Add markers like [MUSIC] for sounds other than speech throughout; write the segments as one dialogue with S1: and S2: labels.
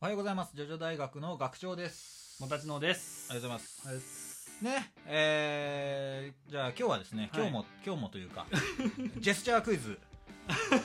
S1: おはようございます。ジョジョ大学の学長です。
S2: もたちのです。。
S1: ありがとうございます
S2: ます。
S1: ね、えー、じゃあ今日はですね、
S2: は
S1: 今
S2: い
S1: 日も、今日もというか、 [LAUGHS] ジェスチャークイズ。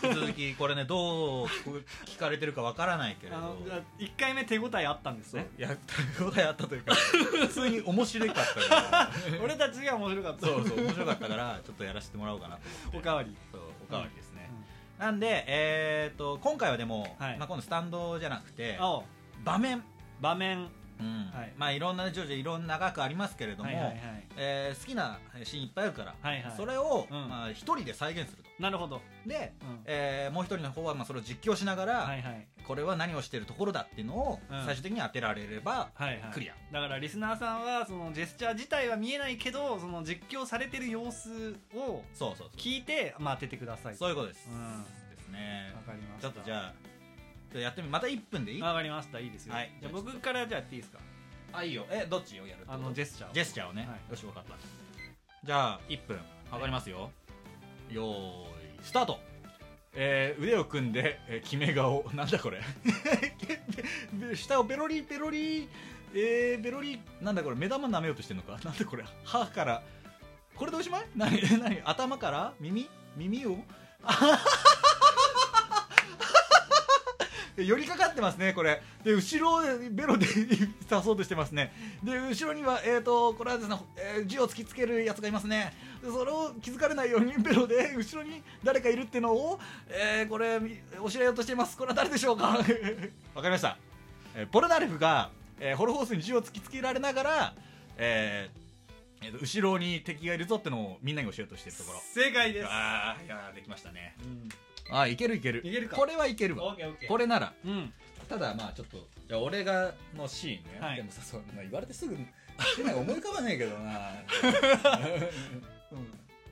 S1: 引き続き、これね、どう聞く聞かれてるかわからないけれ
S2: あ
S1: ど
S2: の。1回目手応えあったんですね
S1: やったことやったという [LAUGHS] か、普通に面白かったから。
S2: [LAUGHS] 俺たちが面白かった
S1: そうそう、面白かったから、ちょっとやらせてもらおうかなと思って
S2: おかわり
S1: そう、おかわりですね。なんで、えーと、今回はでも、
S2: はい
S1: まあ今度スタンドじゃなくて、
S2: 青
S1: 場面。
S2: 場面
S1: うん
S2: はい
S1: まあいろんなねジョジョいろんな長くありますけれども、
S2: はいはいはい
S1: えー好きなシーンいっぱいあるから、
S2: はいはい
S1: それを一、
S2: うん
S1: まあ、一人で再現すると
S2: なるほど、
S1: で、
S2: うん
S1: えーもう一人の方はまあそれを実況しながら、
S2: はいはい
S1: これは何をしてるところだっていうのを
S2: うん
S1: 最終的に当てられれば、
S2: はいはい
S1: クリア
S2: だからリスナーさんはそのジェスチャー自体は見えないけどその実況されてる様子を
S1: そうそうそう
S2: 聞いて、まあ、当ててください
S1: そういうことです、
S2: うんわ
S1: ですね
S2: かりまし
S1: ち
S2: た
S1: ょっとじゃあちょっとやってみまた1分でいい
S2: わかりましたいいですよ、
S1: はい
S2: じゃあ僕からじゃあやっていいですか
S1: あいいよえどっちをやるってこ
S2: あ
S1: と
S2: のジェスチャーを
S1: ジェスチャーをね、
S2: はい
S1: よし分かったじゃあ1分測りますよ、よーいスタートえー腕を組んで、えー決め顔 [LAUGHS] なんだこれ下をベロリベロリえー、ベロリなんだこれ目玉舐めようとしてんのか [LAUGHS] なんだこれ歯からこれでおしまい何何頭から耳耳をあはははは寄りかかってますねこれで後ろをベロで刺そうとしてますねで後ろにはえー、とこれはですね、えー銃を突きつけるやつがいますねでそれを気づかれないようにベロで後ろに誰かいるってのを、えーこれみ教えようとしていますこれは誰でしょうか [LAUGHS] わかりました、えーポルナレフが、えーホロホースに銃を突きつけられながら、えーえーと後ろに敵がいるぞってのをみんなに教えようとしてるところ
S2: 正解です、
S1: ああいやーできましたね
S2: うん
S1: あーいけるいける
S2: いけるか
S1: これはいける
S2: オ
S1: わ
S2: ッケーオッケー
S1: これなら
S2: うん
S1: ただまあちょっとじゃあ俺がのシーンね、
S2: はい
S1: でもさそんな言われてすぐシーンなんか思い浮かばないけどな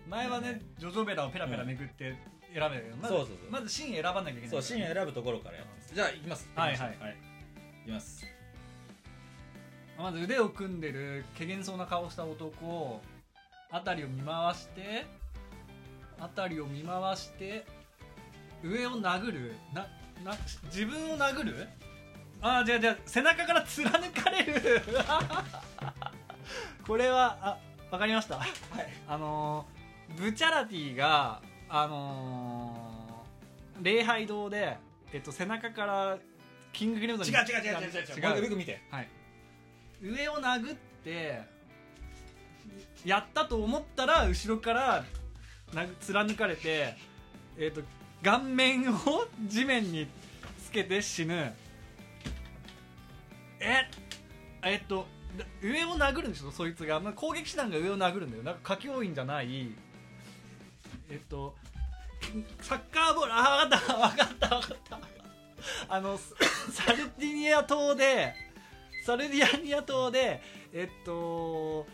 S2: 前はね、ジョジョベラをペラペラめくって選べたけど、まず
S1: そうそうそう
S2: まずシーン選ばなきゃいけな
S1: [LAUGHS]
S2: い。
S1: そうシーン選ぶところからやってますじゃあ行きます
S2: はいはい
S1: はい行きます
S2: まず腕を組んでる、けげんそうな顔した男、あたりを見回して、あたりを見回して、上を殴る、な、な、自分を殴るああ、じゃあじゃあ背中から貫かれる [LAUGHS] これは、あ、わかりました。
S1: はい
S2: あのーブチャラティが、あのー礼拝堂で、えっと、背中からキングギリム
S1: 違う違う違う違う違う違うもう一回よく見て
S2: はい、上を殴ってやったと思ったら後ろからな貫かれて、えっと顔面を地面につけて死ぬええっとだ上を殴るんでしょそいつが、まあ、攻撃手段が上を殴るんだよなんか書き多いんじゃないえっとサッカーボールあ分かった分かった分かったあのササルティニア島でサルディアニア島でえっと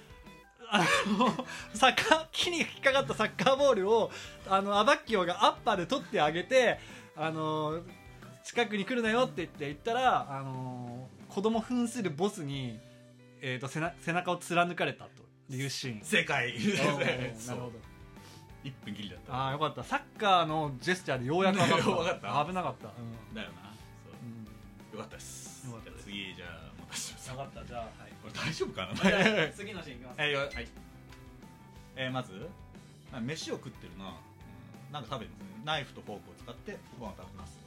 S2: あのサッカー木に引っかかったサッカーボールをあのアバッキオがアッパーで取ってあげてあの近くに来るなよって言って言ったらあの子供扮するボスに、えっと背な背中を貫かれたというシーン
S1: 正 [LAUGHS] 解
S2: おーなるほど
S1: 1分切りだった
S2: ああよかったサッカーのジェスチャーでようやく
S1: [LAUGHS]
S2: 分かった
S1: わかった
S2: 危なかった、
S1: だよなそう
S2: う
S1: よ
S2: ん
S1: かったです
S2: よかったで
S1: じゃあ
S2: す
S1: 次じゃあもう出します
S2: 分かったじゃあ、はい
S1: これ [LAUGHS] 大丈夫かな [LAUGHS]
S2: 次のシーンいきます
S1: えーよはいえーまずあ飯を食ってるな、うんなんか食べてますねナイフとフォークを使ってご飯を食べます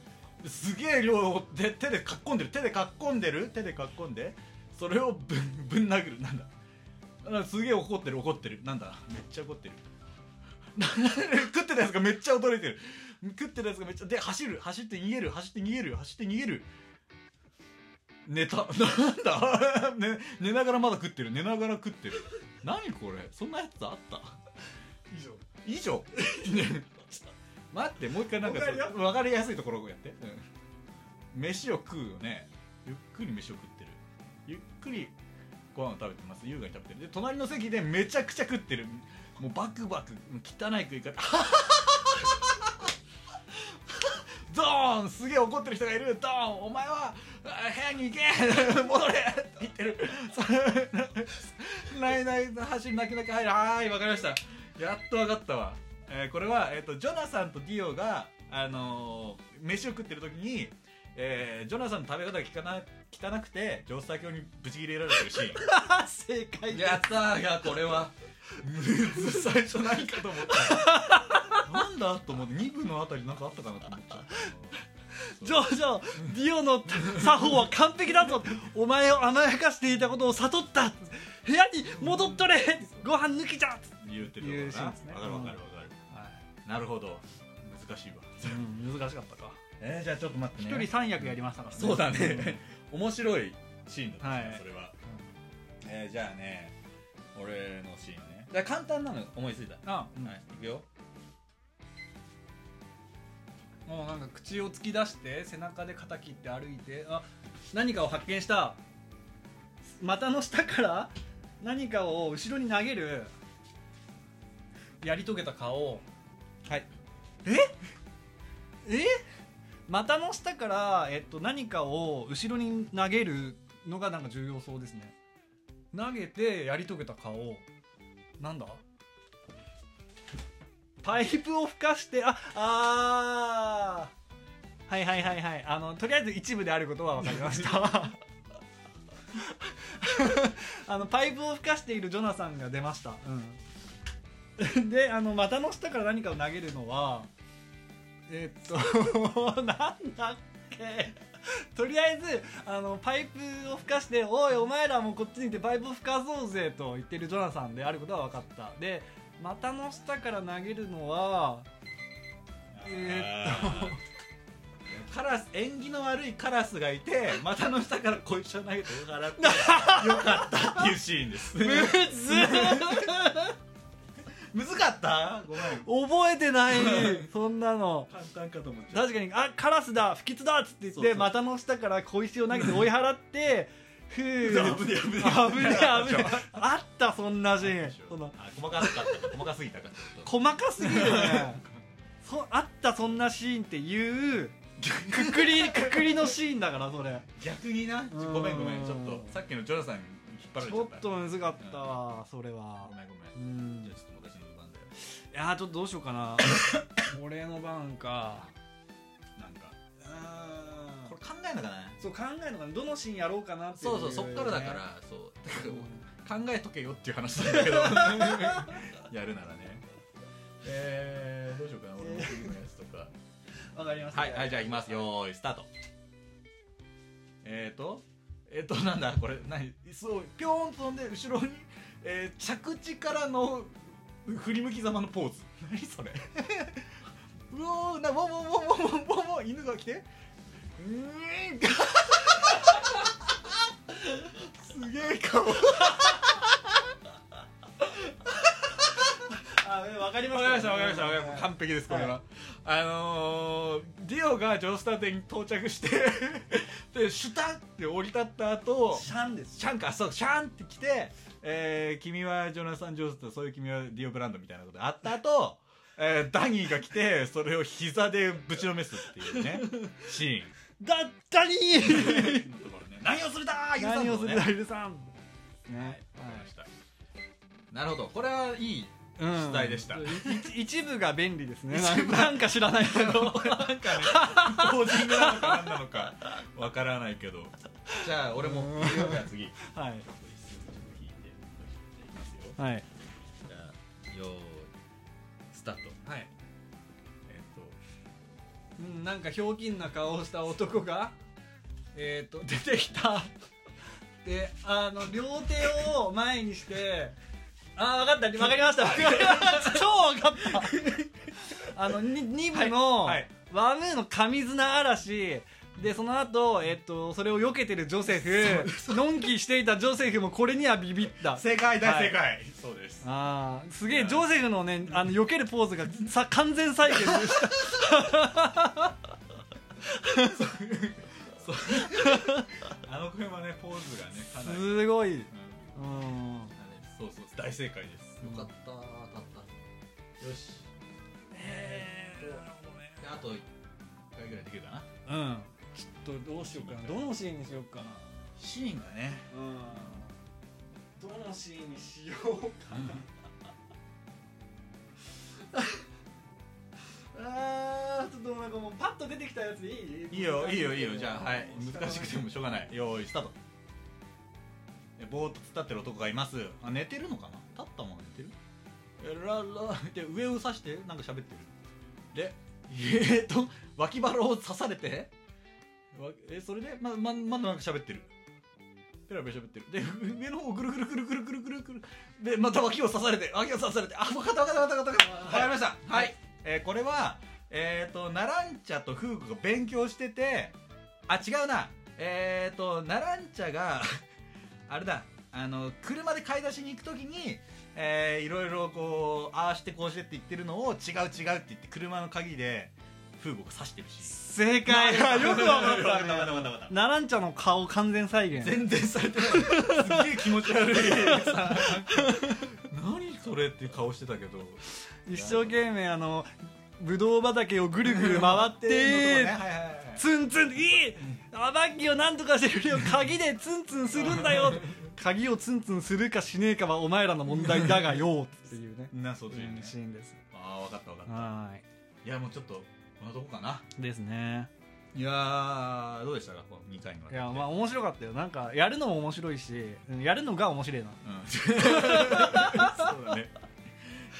S1: ですげえ量をで手でかっこんでる手でかっこんでる手でかっこんでそれをぶ [LAUGHS] んぶん殴るなんだあすげえ怒ってる怒ってるなんだめっちゃ怒ってるな食ってたやつがめっちゃ驚いてる食ってたやつがめっちゃで走る走って逃げる走って逃げる走って逃げる寝た [LAUGHS] なんだ、 [LAUGHS] ね、寝ながらまだ食ってる寝ながら食ってる何これそんなやつあった
S2: 以上
S1: 以上ね待ってもう一回なんか
S2: わかるよ
S1: 分かりやすいところをやって、うん飯を食うよねゆっくり飯を食ってるゆっくりご飯を食べてます優雅に食べてるで隣の席でめちゃくちゃ食ってるもうバクバク汚い食い方ドーンすげえ怒ってる人がいるドーンお前はあ部屋に行け [LAUGHS] 戻れって言ってるそれないない走り泣き泣き入るはーいわかりましたやっとわかったわ、えーこれは、えー、とジョナサンとディオが、あのー飯を食ってる時に、えージョナサンの食べ方が汚な汚くて上司教にブチ切れられてるシーン
S2: [LAUGHS] 正解で
S3: [LAUGHS]
S2: す
S3: やったーがこれは
S1: むず最初何かと思ったなんだと思って2部のあたりなんかあったかなと思っちゃった
S2: ジョジョディオの作法は完璧だぞお前を甘やかしていたことを悟った部屋に戻っとれご飯抜きじゃ
S1: 言うて
S2: 言
S1: る
S2: う
S1: と
S2: シ
S1: こな
S2: ーンですね
S1: わかるわかるわかる、なるほど難しいわ
S2: うん難しかったか
S1: えー、じゃあちょっと待って
S2: 一
S1: ね
S2: 人三役やりましたからね
S1: そうだね [LAUGHS] 面白いシーンだったね、
S2: はい
S1: それは、えー、じゃあね俺のシーンねだから簡単なの思いついた、
S2: あ、うん
S1: はいいくよ
S2: もうなんか口を突き出して背中で肩切って歩いてあ何かを発見した股の下から何かを後ろに投げるやり遂げた顔
S1: はい
S2: え股の下から、えっと、何かを後ろに投げるのがなんか重要そうですね投げてやり遂げた顔なんだパイプを吹かしてああーはいはいはいはいあのとりあえず一部であることは分かりました [LAUGHS] あのパイプを吹かしているジョナサンが出ました、うん、であの股の下から何かを投げるのはえっと [LAUGHS] なんだっけとりあえずあのパイプを吹かして「おいお前らもこっちにいてパイプを吹かそうぜ」と言ってるジョナサンであることは分かったで股の下から投げるのはえ
S1: あー [LAUGHS] カラス縁起の悪いカラスがい [LAUGHS] て股の下から小石を投げて笑って [LAUGHS] よかったっていうシーンです [LAUGHS]
S2: むずっ
S1: むずかったごめん
S2: 覚え
S1: [LAUGHS]
S2: てないそんなの
S1: 簡単かと思っちゃっ
S2: 確かに「あカラスだ不吉だ」っつって言って
S1: そうそう
S2: 股の下から小石を投げて追い払ってふう
S1: た危ねえ危ねえ [LAUGHS]
S2: 危ねえ危ね
S1: 危
S2: え
S1: ね
S2: あったそんなシーンその
S1: あ細かかった細かすぎたかちょっと
S2: 細かすぎるよねそあったそんなシーンっていうくくり [LAUGHS] くくりのシーンだからそれ
S1: 逆にな
S2: うん
S1: ごめんごめんちょっとさっきのジョナさんに引っ張られち
S2: ち
S1: ゃ
S2: ょ
S1: った
S2: っとむずかったわ、それは
S1: ごめんご
S2: う
S1: めんじ
S2: ん
S1: ゃあちょっと昔の番だよ
S2: いやーちょっとどうしようかな [COUGHS] 俺の番か
S1: なんか
S2: うん
S1: これ考えなかな
S2: そう考えるのかなどのシーンやろうかなってい
S3: そうそうそっからだか
S2: ね
S3: らそう [LAUGHS]
S1: 考えとけよっていう話なんだけど [LAUGHS] やるならねえー、どうしようかな俺の次のやつとか
S2: わかりました
S1: はい、はい、じゃあいきますよーいスタートえーとえーとなんだこれ何そうピョーンと飛んで後ろに、えー着地からの振り向きざまのポーズ何それうおーなボンボンボンボンボンボンボン犬が来てうーんすげえ顔
S2: あわかりま
S1: わかりまし
S2: した
S1: たわかりましたわかりました
S2: はい
S1: 完璧ですこれは、あのー、ディオがジョースター店に到着して [LAUGHS] でシュタンって降り立った後
S2: シャンです
S1: シャンかそうシャンって来て、えー君はジョナサン・ジョースターそういう君はディオブランドみたいなことあった後、えーダニーが来てそれを膝でぶちのめすっていう [LAUGHS] ねシ
S2: だったり
S1: ーンのところね何をするだー許さん
S2: 何
S1: の
S2: を
S1: ね
S2: するだゆるさん
S1: はい
S2: ね
S1: わかりました
S3: なるほどこれはいい
S2: 出
S1: 出題でした
S2: 一部が便利ですねなんなんか知らないけ [LAUGHS] ど
S1: なんかねポージングなのか何なのかわからないけど
S3: じゃあ俺も
S2: うん
S1: じゃあ次ちょ
S2: はい
S1: っと一斉にちょっと引いていきますよ
S2: はい
S3: じゃあよーいスタート
S1: はいえっ、と
S2: うんなんかひょうきんな顔をした男がえっ、と出てきたであの両手を前にしてああ分かった分かりました分かりました [LAUGHS] 超分かったあの2部の、
S1: はいはい
S2: ワムーの神綱嵐でその後、えっとそれを避けてるジョセフのんきしていたジョセフもこれにはビビ [LAUGHS] った
S1: 正解大
S2: はい
S1: 正解、そうです
S2: ああすげえジョセフのねあの避けるポーズがさ完全再現で [LAUGHS] した
S1: あの声はねポーズがねかなり、うん、
S2: すごいうん
S1: そうそう大正解です
S3: よかったー当たったよし
S2: え
S3: であと1回ぐらい
S1: できるかな
S2: うんちょっとどうしようかなどのシーンにしようかな
S1: シーンがね
S2: うんどのシーンにしようか [LAUGHS] なあーちょっととなんかもうパッと出てきたやつでいい
S1: いいよいいよいいよじゃあはい難しくてもしょうがない用意スタートえぼーっと突っ立ってる男がいますあ寝てるのかな立ったまま寝てるえららで上を指してなんか喋ってるでえー、っと脇腹を刺されてわえそれでまままだなんか喋ってるペラペラ喋ってるで上の方をぐるぐるぐるぐるぐるぐるぐるでまた脇を刺されて脇を刺されてあ分かった分かった分かった分かった分かりましたはい、えーこれはえっ、とナランチャとフーコが勉強しててあ違うなえっ、とナランチャが [LAUGHS] あれだあの車で買い出しに行く時に、えーいろいろこうああしてこうしてって言ってるのを違う違うって言って車の鍵でフーコが刺してるし
S2: 正 [LAUGHS] 解よくわかったね
S1: わかった
S2: ナランチャの顔完全再現
S1: 全然されてないすげえ気持ち悪いさ [LAUGHS] 何それっていう顔してたけど
S2: 一生懸命あのブドウ畑をぐるぐる回って、
S1: のとかねはいはいはい
S2: ツンツンいいアバッキーをなんとかしてくれよ鍵でツンツンするんだよ鍵をツンツンするかしねえかはお前らの問題だがよっていうね
S1: なそうですよね
S2: うんシーンです
S1: ああ分かった分かった
S2: はい
S1: やもうちょっとこんなとこかな
S2: ーいですね
S1: いやーどうでしたかこの2回にわ
S2: いや
S1: って
S2: まあ面白かったよなんかやるのも面白いしうんやるのが面白いな
S1: うん [LAUGHS] そうだね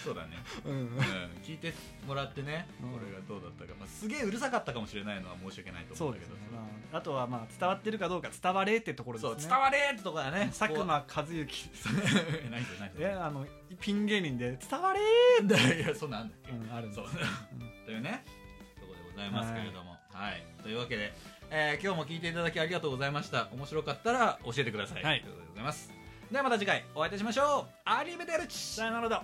S1: そうだね、
S2: うん
S1: うん、聞いてもらってね、
S2: うん
S1: これがどうだったか、まあ、すげえうるさかったかもしれないのは申し訳ないと
S2: そ
S1: 思う
S2: うん
S1: だ
S2: で
S1: け
S2: す
S1: ど
S2: ね、まあ、あとはまあ伝わってるかどうか伝われってところです
S1: そ
S2: ね
S1: う伝われーってとこだね
S2: 佐久間一行
S1: 間 [LAUGHS] ないぞないぞ
S2: いやあのピン芸人で「伝われ!
S1: いやそんなんあんだっ」け、
S2: うんあるんで
S1: そう
S2: す
S1: というねところでございますけれどもはい、というわけで、えー今日も聞いていただきありがとうございました面白かったら教えてください、
S2: はい
S1: ということでございますではまた次回お会いいたしましょうアリベデルチ
S2: さよならだ